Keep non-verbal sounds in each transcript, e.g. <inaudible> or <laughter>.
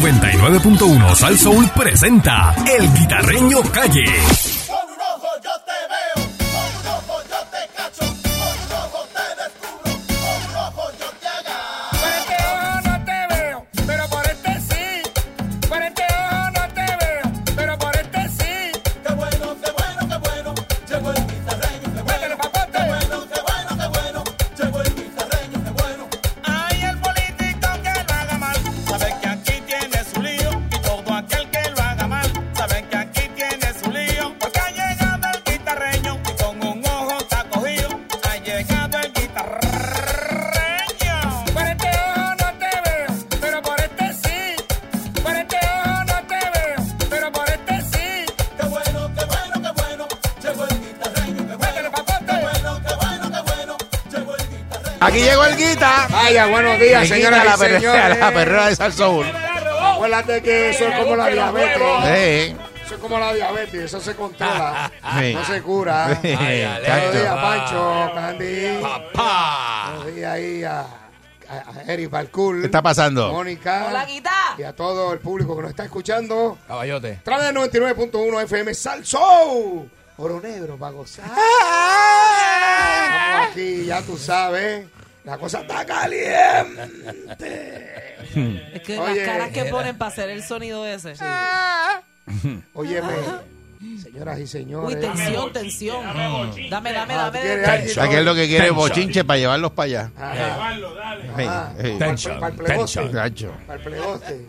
99.1 Sal Soul presenta El Guitarreño Calle. Con un ojo yo te veo, con un ojo yo te cacho, con un ojo te descubro, con un ojo yo te agarro. Por este ojo no te veo, pero por este sí. Por este ojo no te veo, pero por este sí. Qué bueno, qué bueno, qué bueno, llegó el guitarreño, qué bueno, Métele papote. qué bueno, qué bueno, qué bueno, llegó el guitarreño, qué bueno. Ay, el político que lo haga mal. Saben que aquí tiene su lío. Y todo aquel que lo haga mal. Saben que aquí tiene su lío. Porque ha llegado el guitarreño. Y con un ojo está cogido. Ha llegado el guitarreño. Por este ojo no te veo, pero por este sí. Por este ojo no te veo, pero por este sí. Qué bueno, qué bueno, qué bueno, llegó el guitarreño, qué bueno, Métele papote. qué bueno, qué bueno, qué bueno, llegó el guitarreño. Aquí llegó el guita. Vaya, buenos días, señoras la y perrera, señores. la perrera de Salsoul. Acuérdate que eso es como la diabetes. ¿Eh? Sí. Eso es como la diabetes, eso se controla. <laughs> Sí. No se cura. Sí, Buenos días, chacho. Pancho, Candy. Buenos días ahí a, a- a Eric Balcool. ¿Qué está pasando? Mónica. Y a todo el público que nos está escuchando. Caballote. Trae 99.1 FM Salsou. Oro negro para <laughs> gozar. Estamos aquí, ya tú sabes. La cosa está caliente. Es que Oye. las caras que ponen para hacer el sonido ese. Óyeme, señoras y Uy, señores. tensión, tensión. Dame, dame, Ah, ¿tú dame. quieres dame. alguien? Aquí es lo que quiere Tension. bochinche para llevarlos para allá. Ajá. Ah, Ah, sí. pa'l- Tension, pa'l plegote, tension. Chacho. pa'l plegote.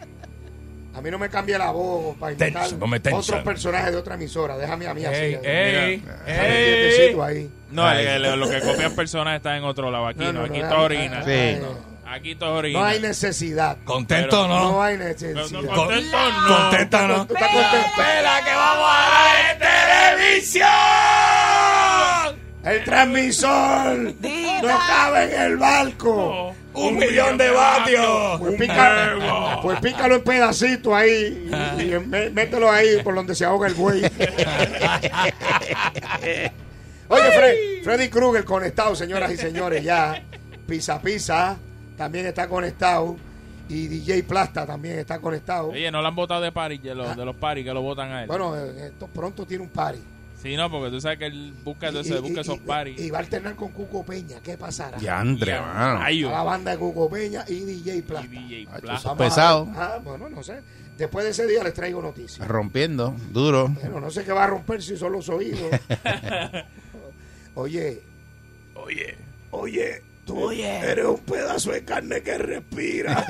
A mí no me cambie la voz para Tension, imitar ponme tension. otros personajes de otra emisora. Déjame a mí así. Ey, así. ey, Dame ey. quietecito ahí. No, el- el- lo que copian personas está en otro lado. Aquí no, aquí todo hay- orina. Sí. Aquí todo orina. No hay necesidad. ¿Contento o No no? hay Pero necesidad. no contento, no. ¿Contento o no? Tú estás contento. ¡Espera que vamos a la televisión! El transmisor Dita. no cabe en el barco. ¡Un millón de vatios! Pues, pica- pues pícalo en pedacitos ahí y, y mé- mételo ahí por donde se ahoga el buey. Oye, Fre- Freddy Krueger conectado, señoras y señores, ya. Pisa Pisa también está conectado. Y DJ Plasta también está conectado. Oye, no lo han votado de party, de los, de los party que lo votan a él. Bueno, eh, esto pronto tiene un party. sí, no, porque tú sabes que él busca, Y- todo eso, y- busca y- esos party. y va a alternar con Cuco Peña. ¿Qué pasará? Ya, Andre, mano. Ay, A yo. la banda de Cuco Peña y DJ Plasta. Y DJ Ay, tú Plata. sabes. Vamos a ver. Pesado. Ah, bueno, no sé. Después de ese día les traigo noticias. Rompiendo, duro. Bueno, no sé qué va a romper si son los <laughs> oídos. oye, Oye. oye, tú eres un pedazo de carne que respira.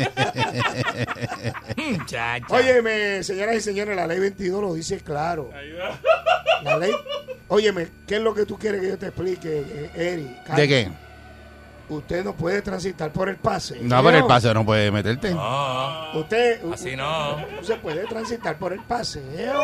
Óyeme, señoras y señores, la ley 22 lo dice claro. La ley. Óyeme, ¿qué es lo que tú quieres que yo te explique, eh, Eri? Carlos? ¿De qué? Usted no puede transitar por el pase. No, pero el paseo no puede meterte. Ah, No, Usted, así no. No se puede transitar por el paseo.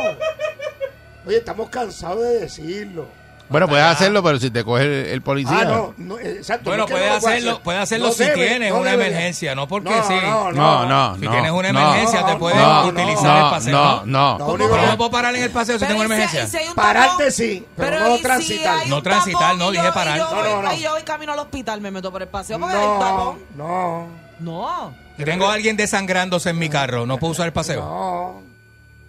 Oye, estamos cansados de decirlo. Bueno, puedes hacerlo, pero si te coge el, el policía. Ah, no, no, exacto. Bueno, no es que puede no lo pueda hacerlo- hacer. puede hacerlo si tienes una emergencia, no porque sí. No, No, no, Si no, tienes una no, emergencia, te no, pueden no, utilizar no, el paseo. No, no, No, no. lo único ¿Cómo que- no puedo parar en el paseo si Pero tengo una y si- emergencia? y si hay un Pararte tapón, sí, pero no y si transitar. hay un No transitar, tapón no, y dije yo- parar. Y yo, No, no, no. y yo voy camino al hospital, me meto por el paseo porque hay un No, tapón. no, No, Si tengo a alguien desangrándose en mi carro, no puedo usar el paseo. no,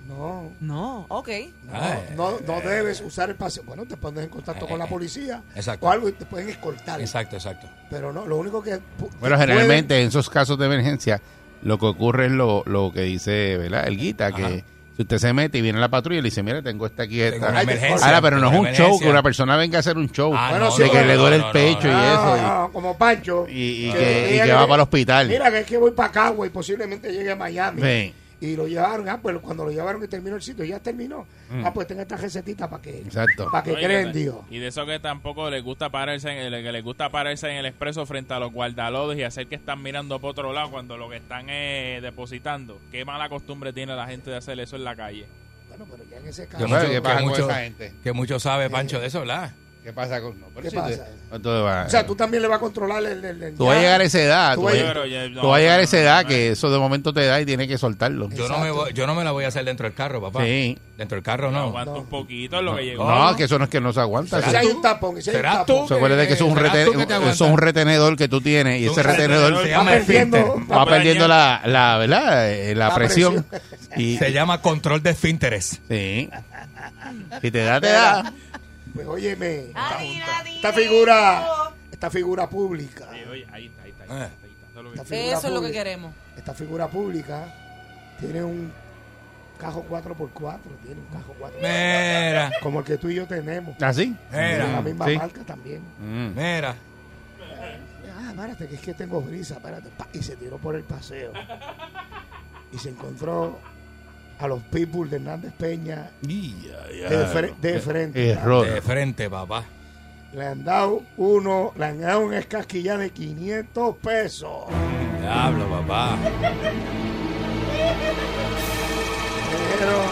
no. no, ok. No, Ay. Eh, no, no debes usar el paseo. Bueno, te pones en contacto con la policía Exacto. o algo y te pueden escoltar. Exacto, exacto. Pero no, lo único que. pu- Bueno, que generalmente en esos casos de emergencia, lo que ocurre es lo, lo que dice, ¿verdad? El guita, que si usted se mete y viene la patrulla y le dice, mira, tengo esta aquí, Tengo esta. una Ay, emergencia. Ahora, pero no es tengo un show, una que emergencia. una persona venga a hacer un show. Ah, Bueno, bueno, sí, de que no, le duele no, el no, pecho no, y eso. pueden- y- Ah, como Pancho. y, y Sí, que, y ella que le- va para el hospital. Mira, que es que voy para Cagua y posiblemente llegue a Miami. Sí. Y lo llevaron, ah, pues cuando lo llevaron y terminó el sitio, ya terminó. Ah, pues tenga esta recetita para que, Mm. Exacto. para que Oye, creen en que- Dios. Y de eso que tampoco les gusta pararse en el, que les gusta pararse en el expreso frente a los guardalodos y hacer que están mirando por otro lado cuando lo que están eh, depositando. Qué mala costumbre tiene la gente de hacer eso en la calle. Bueno, pero ya en ese Que caso. Yo- ¿Sabes mucho, qué que, pasa con mucho, esa gente? que mucho sabe Pancho de eso, ¿verdad? ¿Qué pasa con.? No, pero ¿Qué si pasa? tú- tú vas- O sea, tú también le vas a controlar el. el- el- tú vas a ya. llegar a esa edad. Tú Tú, vas vas, a- a- Pero ya- tú no, vas a llegar a esa edad no, que eso de momento te da y tienes que soltarlo. Yo no, me voy- yo no me la voy a hacer dentro del carro, papá. Sí. Dentro del carro No, no. aguanta un poquito es lo que llegó. No, que eso no es que no se aguanta. Si eso- hay un tapón, si hay un ¿Serás tapón. tú? Se acuerda de que eso es, un ¿Serás rete- tú que te eso es aguantas? un retenedor que tú tienes y ese Un retenedor retenedor. se Va llama el perdiendo- esfínter. va perdiendo la, la, ¿verdad? Eh, la La presión. Y, Se llama control de esfínteres. sí. Si te da, te da. Pues óyeme, Adivina, adivina. esta figura, esta figura pública, Sí, oye, ahí está, ahí está, ahí está, ahí está, eso es lo que- esta figura Eso es lo que pública- queremos. Esta figura pública tiene un cajo 4x4, tiene un cajo 4 Mera, como el que tú y yo tenemos. ¿Así? Mm, De la mera, misma Ah, sí. marca también. Mm. mera. Ah, espérate, que es que tengo brisa, espérate. pa, y se tiró por el paseo. Y se encontró a los pitbull de Hernández Peña de, fre- de frente. De Error. frente, papá. Le han dado uno, le han dado una escasquilla de 500 pesos. Diablo, papá. Pero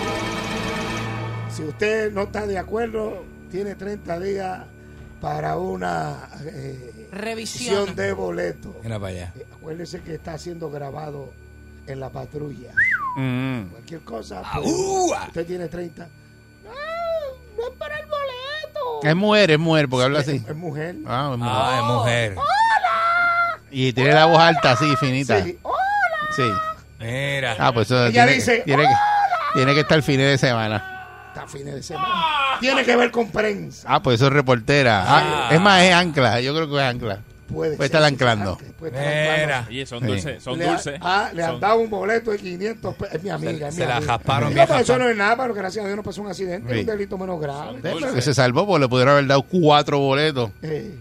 si usted no está de acuerdo, tiene 30 días para una eh, Revisión. visión de boleto. Mira para allá. Eh, Acuérdese que está siendo grabado en la patrulla. Mm. Cualquier cosa, Ah, pues, ua. usted tiene 30. Es mujer, es mujer, porque habla así. Es mujer. Ah, es mujer. Ah, es mujer. Y tiene la voz alta, así, finita. Sí. Oh, Sí. Mira. Ah, pues eso Ella tiene, dice, que, tiene, que, tiene que estar fines de semana. Está a fines de semana. Tiene que ver con prensa. Ah, pues eso es reportera. Ah, Ah. es más, es ancla. Yo creo que es ancla. Puede Puede ser estar que anclando. sea, puede estar anclando. Mira. Ah, Oye, son Sí. dulces, son Le, ha- dulces. ah, le han Son- dado un boleto de 500 pesos. Es mi amiga. es mi se la amiga. jasparon No, bien pero eso jaspada. no es nada, pero gracias a Dios no pasó un accidente. Sí. Es un delito menos grave. Dulce. Pero que se salvó porque le pudieron haber dado cuatro boletos. Eh,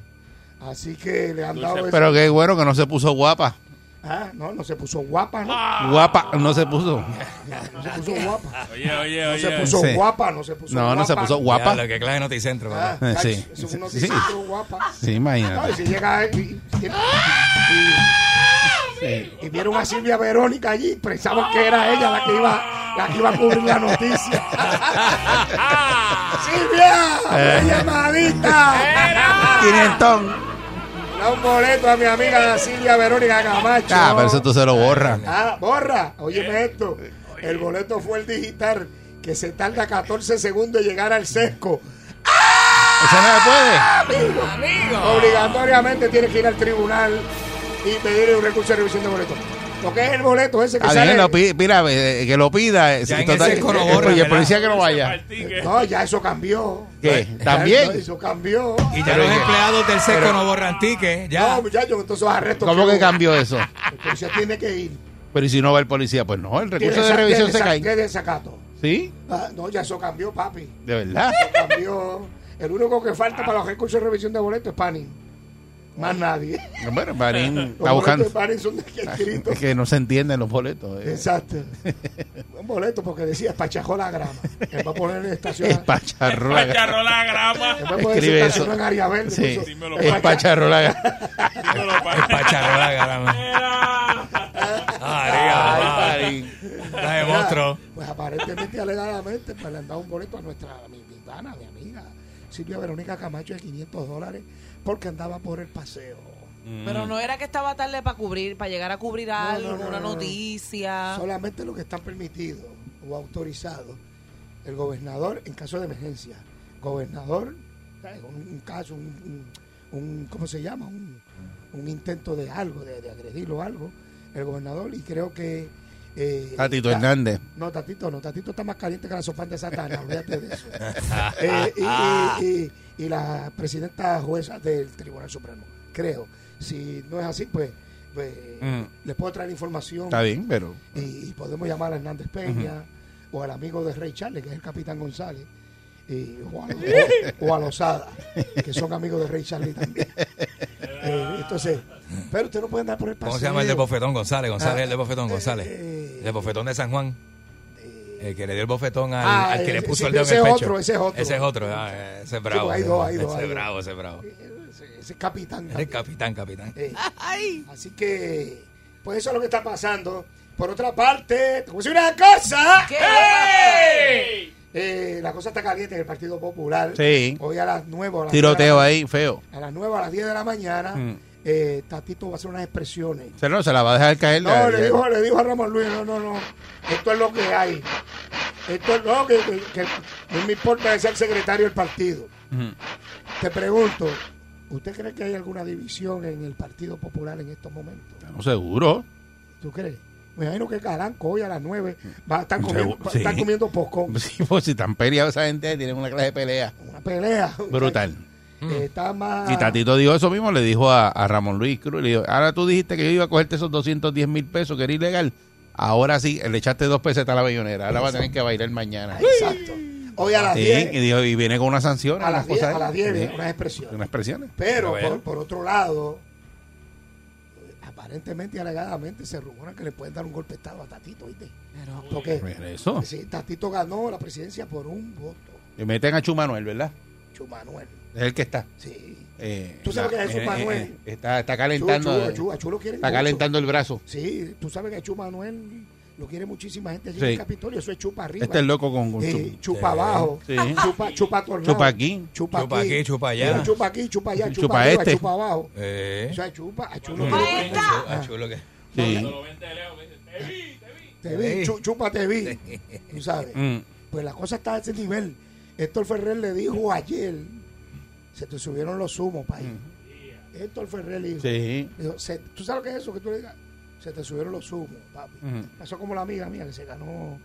así que le han Dulce, dado eso. Pero qué bueno que no se puso guapa. Ah, no, no se puso guapa, ¿no? Ah. Guapa no se puso. No se puso <laughs> guapa. Oye, oye, No se oye. puso Sí. guapa, no se puso No, guapa. no se puso Guapa. guapa. Lo que clase de noticentro, Ah, papá. Eh, tacho, sí. Eso es uno Sí. dice, "Tú guapa. No, Sí, y si imagínate. llega ahí y, Ah. Sí. y- y vieron a Silvia Verónica allí, pensaban que era ella la que iba, la que iba a cubrir la <laughs> noticia. Eh. ¡Silvia! ¡Una llamadita! Quinientón. Da un boleto a mi amiga Silvia Verónica Camacho. Ah, pero eso tú se lo borras. Ah, borra. Óyeme esto. El boleto fue el digital, que se tarda 14 segundos en llegar al sesco. Eso no se puede. Obligatoriamente tienes que ir al tribunal y pedir un recurso de revisión de boleto. Lo que es el boleto ese que Está sale. bien, lo pi- mira, eh, que lo pida. eh, Ya sí, en ese eh, coro eh, borra, oye, ¿verdad? policía que no vaya. Partí que- No, ya eso cambió. ¿Qué? Ya ¿También? Eso cambió. Y ya los empleados del seco no borran tickets. Ya. No, muchachos, entonces arrestos. ¿Cómo que hubo. cambió eso? El policía tiene que ir. Pero ¿y si no va el policía? Pues no, el recurso Tiene de sa- revisión tiene se sa- cae. Qué desacato. ¿Sí? Ah, no, ya eso cambió, papi. De verdad. Cambió. El único que falta para los recursos de revisión de boleto es Panin. Más nadie. Bueno, Marín está Los boletos buscando. de Panin son de aquí escritos. Es que no se entienden los boletos. este eh. Exacto. Un boleto porque decía espachajó la grama. Él va a poner en estación. Espacharro la ga- Pacharró la <laughs> grama. Él va a poner Escribe eso. estacionado en área verde. Sí, puso Dímelo, espacha- espacharro la ga- Dímelo, pa- Pacharro la garama. Arriba, Marín. papá. La de monstruo. Pues aparentemente, alegadamente, pues le han dado un boleto a nuestra mi, mi pana, mi amiga, Silvia Verónica Camacho de 500 dólares porque andaba por el paseo. Pero no era que estaba tarde para cubrir, para llegar a cubrir algo, no, no, una no, no. noticia. Solamente lo que está permitido o autorizado el gobernador en caso de emergencia. Gobernador, ¿sabes? un, un caso, un, un- un- ¿cómo se llama? Un, un intento de algo, de, de agredirlo o algo, el gobernador, y creo que... eh, Tatito está- Ah, Hernández. No, Tatito, no. Tatito está más caliente que la sopa de Satanás. Olvídate de eso. Eh, y, y- y- y la presidenta jueza del Tribunal Supremo, creo. Si no es así, pues, pues, Mm. les puedo traer información Está bien, pero. y, y podemos llamar a Hernández Peña o al amigo de Rey Charles, que es el capitán González, y- o, a, o- <laughs> o a Lozada, que son amigos de Rey Charles <laughs> también. Eh, entonces, pero usted no puede andar por el paseo. ¿Cómo se llama el de bofetón González? González, el de bofetón González. eh, El de bofetón de San Juan. El que le dio el bofetón al, Ah, al que le ese- puso el ese- dedo ese en el es pecho. otro, ese es otro. Ese es otro, ah, ese es bravo. pues hay ese- dos, hay dos, Ese hay es dos. bravo, ese es bravo. Ese, ese capitán. Ese es capitán, capitán. Eh, Ay, Así que, pues eso es lo que está pasando. Por otra parte, te voy a decir una cosa. ¿qué? ¡Eh! Eh, la cosa está caliente en el Partido Popular. Sí. Hoy a las 9 o a las Tiroteo diez ahí, feo. de la- A las 9 a las 10 de la mañana, Mm. eh, Tatito va a hacer unas expresiones. Se, no, se la va a dejar caer. No, la- le dijo, le dijo a Ramón Luis, no, no, no, esto es lo que hay. Esto es lo que, que- que no me importa que sea el secretario del partido. Ujú. Te pregunto, ¿usted cree que hay alguna división en el Partido Popular en estos momentos? No, seguro. <laughs> ¿Tú crees? Me imagino que Caranco hoy a las 9 va a estar Segu- comiendo, va a Mm. sí. estar comiendo poco. Sí, pues, si están peleados esa gente, tienen una clase de pelea Una pelea. brutal. Eh, está más... Y Tatito dijo eso mismo, le dijo a, a Ramón Luis Cruz, le dijo, ahora tú dijiste que yo iba a cogerte esos 210 mil pesos, que era ilegal. Ahora sí, le echaste dos pesetas a la bayonera, ahora va a tener que bailar mañana. Exacto. Hoy a las Sí, 10. y, dijo, y viene con una sanción, a las unas 10, cosas, a las 10, sí, unas expresiones. unas presiones. Pero A ver. por, por otro lado, eh, aparentemente y alegadamente se rumora que le pueden dar un golpe de estado a Tatito, ¿viste? Porque Mira eso. sí, Tatito ganó la presidencia por un voto, Y meten a Chumanuel, ¿verdad? Chumanuel. Es el que está. Sí. eh, Tú sabes la- que Jesús eh, Manuel- eh, está, está Chu, calentando. Chu, Chu, a Chu lo quieren está mucho. calentando el brazo. Sí, tú sabes que Chumanuel lo quiere muchísima gente allí Sí. en el Capitolio, eso es chupa arriba. Este es loco con, con Eh, Chu- chupa abajo, Sí. chupa, chupa tornado, Chupa aquí. chupa, Chupa aquí, aquí, chupa allá. chupa aquí, chupa allá, chupa, Chupa arriba, este. chupa abajo, Eh, o sea, chupa, a Chu lo quiere Ahí está. ah, chulo que- Sí. Te vi, Sí. chu- chupa te vi. Tú sabes. Mm. Pues la cosa está a ese nivel. Héctor Ferrer le dijo ayer, se te subieron los humos, país. Héctor Ferrer le dijo, Mm. Sí. dijo, se- ¿tú sabes lo que es eso? Que tú le digas, se te subieron los humos, papi. Ujú. Pasó como la amiga mía que se ganó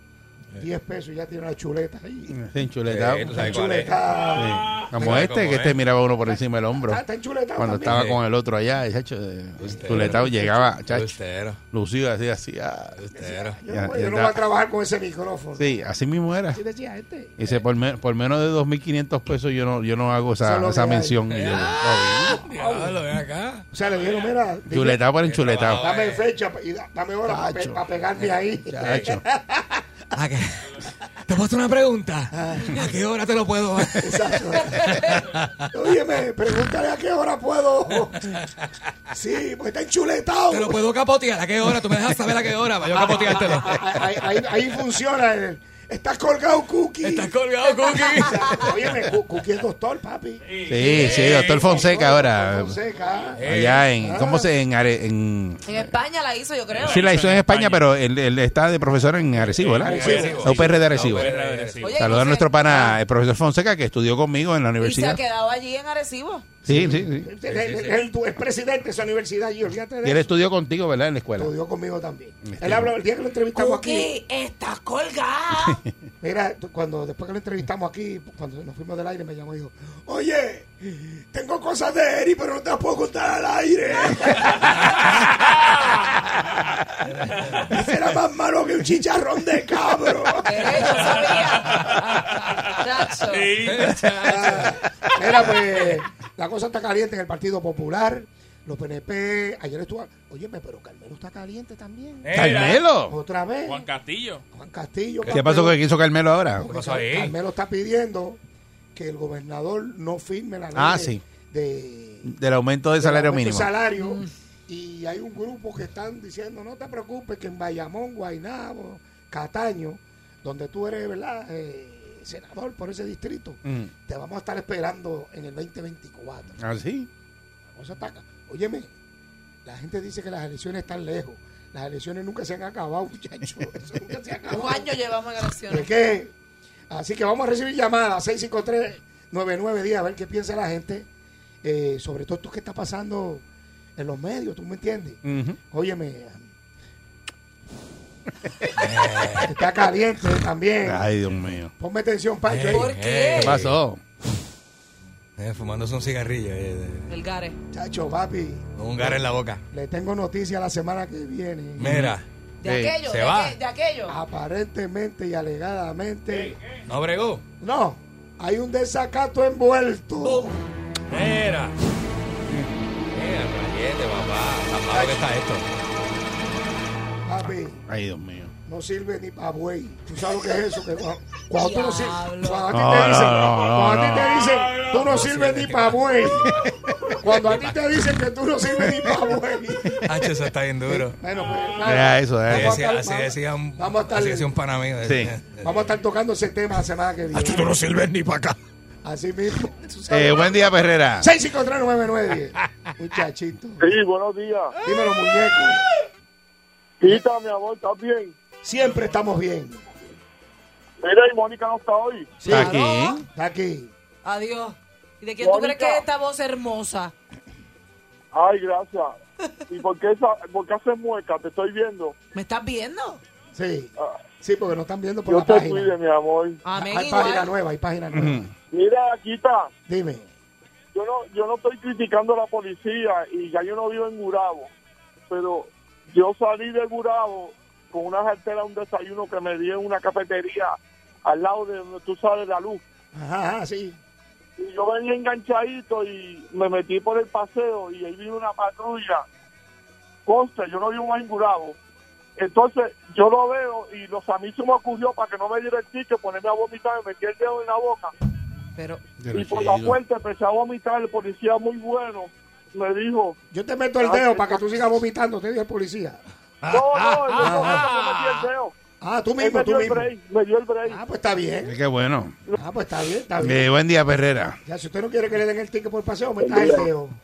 Eh. 10 pesos y ya tiene la chuleta ahí. Sí, enchuletado. Sí, tú La sabes cuál es. chuleta. Sí. Como Mira este, cómo que este es. miraba uno por encima del hombro. Está, está enchuletada Cuando también. estaba con el otro allá, el chacho, eh, enchuletado llegaba, chacho, Ustero, lucido así, así. ah, ustero. Yo, Ya- no- ya yo no está. voy a trabajar con ese micrófono. Sí, así mismo era. Así decía este. Dice, por, me- por menos de 2.500 pesos yo no, yo no hago Eso es esa, lo que esa hay. mención. Y yo, no, Diablo, ven acá. O sea, le dijeron, mira, dime- Chuletado por enchuletado. Dame fecha y da- dame hora para Tacho. pegarme ahí. Chacho. ¿A qué? ¿Te puedo hacer una pregunta? ¿A qué hora te lo puedo <laughs> hacer? Exacto. Óyeme, pregúntale a qué hora puedo. Sí, pues está enchuletado. ¿Te lo puedo capotear? ¿A qué hora? ¿Tú me dejas saber a qué hora para yo capoteártelo? Ahí, ahí- ahí funciona el. Estás colgado, Cookie. Estás colgado, Cookie. Óyeme, Cu- Cookie es doctor, papi. pues, Sí, sí, doctor Fonseca ahora. eh, Fonseca. Allá en, ¿cómo se? En, Are- en En España la hizo, yo creo. Sí, la hizo en España, pero él, él está de profesor en Arecibo, ¿verdad? Arecibo. La UPR de Arecibo. La UPR de Oye, y Saluda a se- nuestro pana, el profesor Fonseca, que estudió conmigo en la Y se ha universidad. quedado allí en Arecibo. Sí, sí, sí. El, el- el presidente de esa universidad, y olvídate Y él de eso. estudió contigo, ¿verdad? En la escuela. Estudió conmigo también. Este- Él habló el día que lo entrevistamos aquí. Cookie, estás colgada. Mira, tú- cuando después que lo entrevistamos aquí, cuando nos fuimos del aire, me llamó y dijo, oye, tengo cosas de Eri, pero no te las puedo contar al aire. Ese era más malo que un chicharrón de cabro. Eh, <laughs> yo sabía. Chacho. Mira, pues, la cosa está caliente en el Partido Popular, los PNP, ayer estuvo, oye, pero Carmelo está caliente también. ¡Carmelo! Otra vez, Juan Castillo. Juan Castillo. ¿Qué pasó campeón. que quiso Carmelo ahora? Porque pasó ahí? Carmelo está pidiendo que el gobernador no firme la ley Ah, de, sí. de- Del aumento de del salario aumento mínimo. de salario. Y hay un grupo que están diciendo, no te preocupes, que en Bayamón, Guaynabo, Cataño, donde tú eres, ¿verdad? Eh, senador por ese distrito, Mm. te vamos a estar esperando en el 2024. ¿Ah, sí? La cosa está ca- Óyeme, la gente dice que las elecciones están lejos. Las elecciones nunca se han acabado, <laughs> muchachos. Eso nunca se ha acabado. Un año llevamos en ¿De elecciones. qué? Así que vamos a recibir llamadas 653-9910 a ver qué piensa la gente eh, sobre todo esto que está pasando en los medios, ¿tú me entiendes? Ujú. Óyeme. <laughs> está caliente también. Ay, Dios mío. Ponme atención, Pancho. ¿Por ahí. qué? ¿Qué pasó? Eh, fumándose un cigarrillo. eh, de- El Gare. Chacho, papi, con un gar en la boca. le tengo noticia la semana que viene. Mira, De Sí, aquello, se de, va. aqu- de aquello. Aparentemente y alegadamente. no bregó. No, hay un desacato envuelto. Mira. Mira, rayete, papá. Papá, ¿qué está esto? Papi. Ay, Dios mío. no sirve ni para buey. ¿Tú sabes lo que es eso? Que cuando, cuando tú no sir- Diablo. cuando a ti No, te dicen, no, no, cuando a ti no. te dicen, tú no sirves ni para buey. Cuando a ti te dicen que tú no sirves ni para güey. H, eso está bien duro. Bueno, pues Deja eso, deja Así vamos a decía, estar- así decía un, vamos a estar- así decía un pana mío. Sí. Vamos a estar tocando ese tema la semana que viene. Tú no sirves ni para acá. Así <laughs> mismo. Eh, buen día, Perrera. 6539910. Muchachito. Sí, buenos días. Dímelo, muñeco. Quita, mi amor, ¿estás bien? Siempre estamos bien. Mira, y Mónica no está hoy. Sí, Está aquí. Está aquí. Adiós. ¿Y de quién tú crees Mónica. que es esta voz hermosa? Ay, gracias. <laughs> ¿Y por qué, esa, por qué haces mueca? Te estoy viendo. ¿Me estás viendo? Sí. Sí, porque nos están viendo por Yo la te página. cuide, mi amor. Amén, hay página igual. nueva, hay página nueva. Mira, Quita, Dime. yo no, yo no estoy criticando a la policía y ya yo no vivo en Gurabo, pero yo salí de Gurabo con una cartera, un desayuno que me di en una cafetería al lado de donde tú sabes la luz. Ajá, ajá, sí. Y yo venía enganchadito y me metí por el paseo y ahí vino una patrulla. Conste, yo no vi un angurado. Entonces yo lo veo y los, a mí se me ocurrió para que no me diera el ticket, ponerme a vomitar, me metí el dedo en la boca. Pero, y por la puerta empecé a vomitar, el policía muy bueno me dijo, Yo te meto Ah, el dedo para que tú sigas vomitando, te dijo el policía. no, no, <laughs> no, no, no, no, no, no, no, no, no, no, no, no, no, no, metí el dedo. Ah, tú Él mismo, me tú dio el mismo. break, me dio el break. Ah, pues está bien. Qué bueno. Ah, pues está bien, está bien. Eh, buen día, Perrera. Ya, si usted no quiere que le den el ticket por paseo, me trae el dedo. <laughs>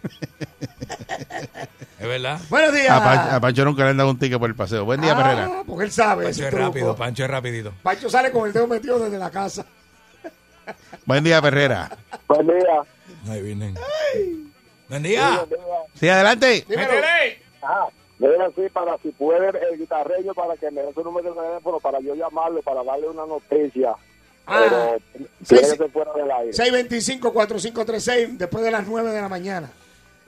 Es verdad. Ah, Buenos días. A, Pan- a Pancho nunca le han dado un ticket por el paseo. Buen día, Perrera. Ah, porque él sabe. Pancho ese es truco. rápido, Pancho es rapidito. Pancho sale con el dedo metido desde la casa. Ah. Buen día, Perrera. Pues mira, Ahí vienen. Buen día. Sí, adelante. Dímelo. Ah, debe así para si puede el guitarreño para que me dé su número de teléfono para yo llamarlo para darle una noticia. Ah, Pero sí, tiene sí. que ser fuera del aire. 625-4536, después de las 9 de la mañana.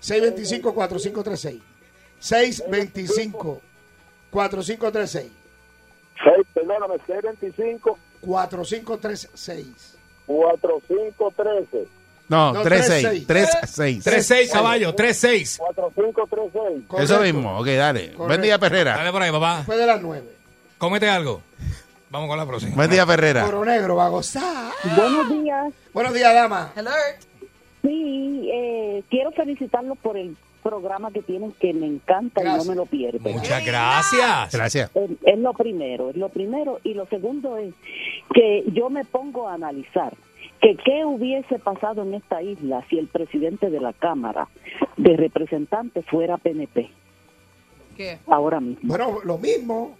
625-4536. 625-4536. Seis, perdóname, 625 4536. 4513 No, No, 3-6. 3-6. 3-6, caballo, 3-6. 4536. Eso Correcto. mismo. Ok, dale. Buen Correcto. día, Perrera. Dale por ahí, papá. Después de las 9. Cómete algo. Vamos con la próxima. Buen día, Perrera. Coro Negro va a gozar. Buenos días. Buenos días, dama. alert. Sí, eh, quiero felicitarlos por el programa que tienen, que me encanta Gracias. y no me lo pierdo. Muchas gracias. Gracias. Es, es lo primero, es lo primero. Y lo segundo es que yo me pongo a analizar que qué hubiese pasado en esta isla si el presidente de la Cámara de Representantes fuera PNP ¿Qué? ahora mismo. Bueno, lo mismo.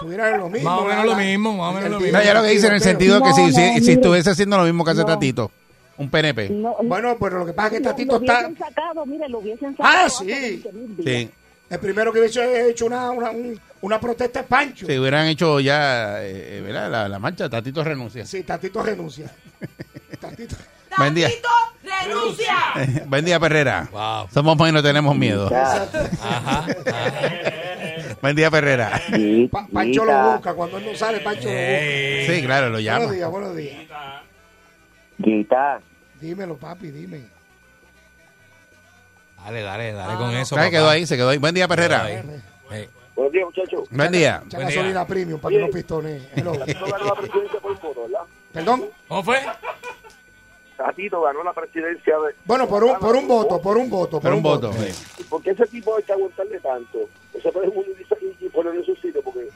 Tuvieran lo mismo. Más o nada. menos lo mismo, más o menos lo mismo. No, ya lo que dice en el sentido que si, No, si, no, si mire. estuviese haciendo lo mismo que hace No. Tatito, un PNP. No, eh, Bueno, pero lo que pasa es que no, Tatito lo está. hubiesen sacado, mire, lo hubiesen Ah, sacado. sí. hace 20.000 días. Sí. El primero que hubiese hecho una, una, un- una protesta es Pancho. Si hubieran hecho ya eh, eh, ¿verdad? La, la marcha, Tatito renuncia. <laughs> Sí, Tatito renuncia. Tatito. Buen día. ¡Tatito, renuncia! Buen día, Perrera. Wow. Somos más y no tenemos miedo. Ajá. ajá. Buen día, Perrera. eh, Pa- Pancho lo busca. Cuando él no sale, Pancho Ey. Sí, claro, lo lo busca. llama. Buenos días, buenos días. Guitar. Dímelo, papi, dime. Dale, dale, dale con eso. Ah, papá. quedó ahí, se quedó ahí. Buen día, Perrera. Ahí. Ey. Buenos días, muchachos. Buen día. Echa Buen gasolina día. premium para que no pistone. Hello. Tatito ganó la presidencia por Corolla. Perdón. ¿Cómo fue? Tatito Ah, ganó la presidencia. de- Bueno, por un, por un voto, por un voto. Por un voto. sí. ¿Por qué ese tipo hay que aguantarle tanto? Eso puede uno dice y y ponerlo en su sitio porque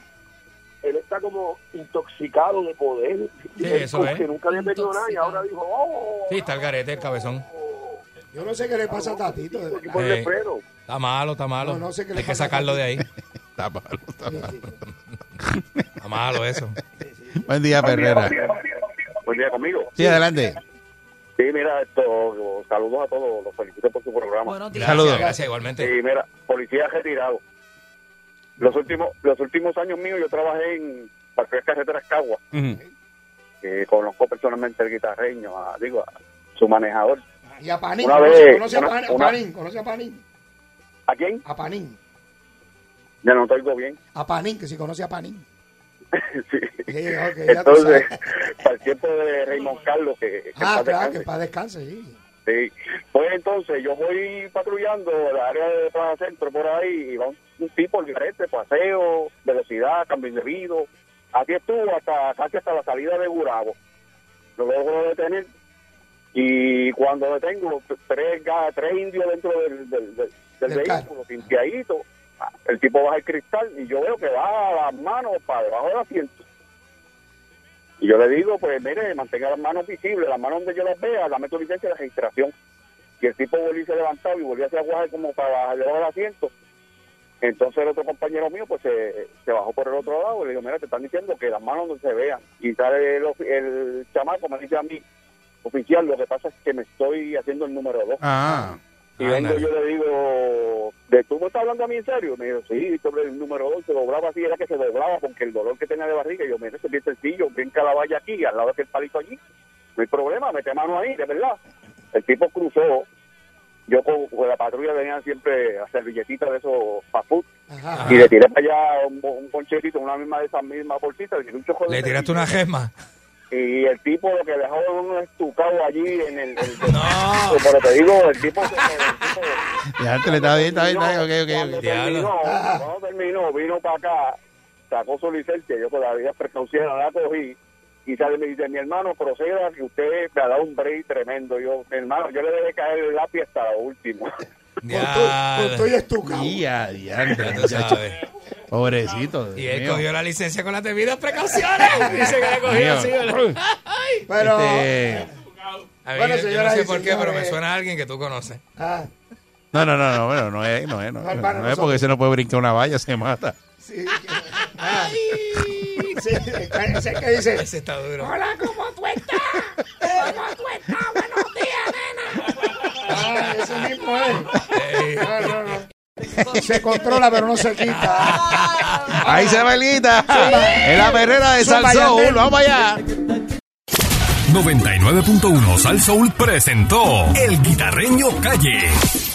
él está como intoxicado de poder. Sí, Él eso como es. Que nunca había metido nada y ahora dijo, oh, Sí, está el garete, el cabezón. Yo no sé qué le pasa a Tatito. de y verdad. ponle Eh. freno. Está malo, está malo. No, no sé qué le Hay que pasa. sacarlo de ahí. Tápalo, tápalo. Está malo eso. Buen día, Perrera. Buen día, amigo. Sí, adelante. Sí, mira, esto, saludos a todos, los felicito por su programa. Buenos días. Saludos. Gracias, igualmente. Sí, mira, policía retirado. Los últimos, los últimos años míos yo trabajé en Parques Carreteras Cagua. Ujú. Eh, conozco personalmente al guitarreño, a- digo, a su manejador. Y a Panín. Una conoce- vez, conoce a una- Pan- a una- Panín. Conoce a Panín. ¿A quién? A Panín. Ya no te oigo bien. A Panín, que si conoce a Panín. <laughs> Sí. Sí, ok, ya tú Entonces, sabes. <laughs> para el tiempo de Raymond Carlos, que, que Ah, en claro, paz que descanse. para descanse, sí. Sí. Pues entonces yo voy patrullando el área de Plaza Centro por ahí y va un, un tipo al garete, paseo, velocidad, cambio indebido. Así estuvo hasta casi hasta la salida de Gurabo. Lo logro detener Y cuando detengo tres, ga- tres indios dentro del, del, del- del Del carro. vehículo, limpiadito, el tipo baja el cristal y yo veo que baja las manos para debajo del asiento. Y yo le digo, pues mire, mantenga las manos visibles, las manos donde yo las vea, la meto licencia de registración. Y el tipo volvió y se levantaba y volvió hacia guaje como para debajo del asiento. Entonces el otro compañero mío pues se, se bajó por el otro lado y le digo, mira, te están diciendo que las manos no se vean. Y sale el, ofi- el chamaco, me dice a mí, oficial, lo que pasa es que me estoy haciendo el número dos. Ah. Y vengo y yo le digo, ¿de tú me estás hablando a mí en serio? Me dijo, sí, sobre el número 2 se doblaba así, era que se doblaba porque el dolor que tenía de barriga. Y yo, mira, eso es bien sencillo, brinca la valla aquí, al lado de aquel palito allí. No hay problema, mete mano ahí, de verdad. El tipo cruzó. Yo con, con la patrulla venía siempre a servilletitas de esos fast food. Y le tiré para allá un, bo- un poncherito, una misma de esas mismas bolsitas, le tiré un choco de Le tiraste una gema. y el tipo lo que dejó era un estucado allí en el... <laughs> el- Pero te digo, el tipo... se- Ya te le está bien, está bien, está bien, ok, ok, ok. terminó, cuando terminó, vino para acá, sacó su licencia, yo todavía precaución la cogí, y sale y me dice, mi hermano, proceda que usted me ha dado un break tremendo. Yo, mi hermano, yo le dejé caer el lápiz hasta lo último. Estoy estucado. Ya, ya, tú muchacho. sabes. Pobrecito. Y Dios él mío. cogió la licencia con las debidas <laughs> precauciones. Dice que la cogió Mío. así. ¿verdad? Pero, Este, A mí, Bueno, yo- yo, no señoras sé y por qué, pero me señores. suena a alguien que tú conoces. ah, No, no, no, no, bueno, no es, no es, no es, No, no, para es nosotros. porque se no puede brincar una valla, se mata. sí. <laughs> ah. <laughs> Sí, <laughs> ese que dice, Ese está duro. hola, ¿cómo tú estás? ¿Cómo tú Ah, estás? Buenos días, nena. Ah, ese mismo es. No, no, no. Se controla, pero no se quita. Ahí se belita. En la perrera de Zumba, Salsón, Yandel. vamos allá. 99.1 Sal Soul presentó El Guitarreño Calle.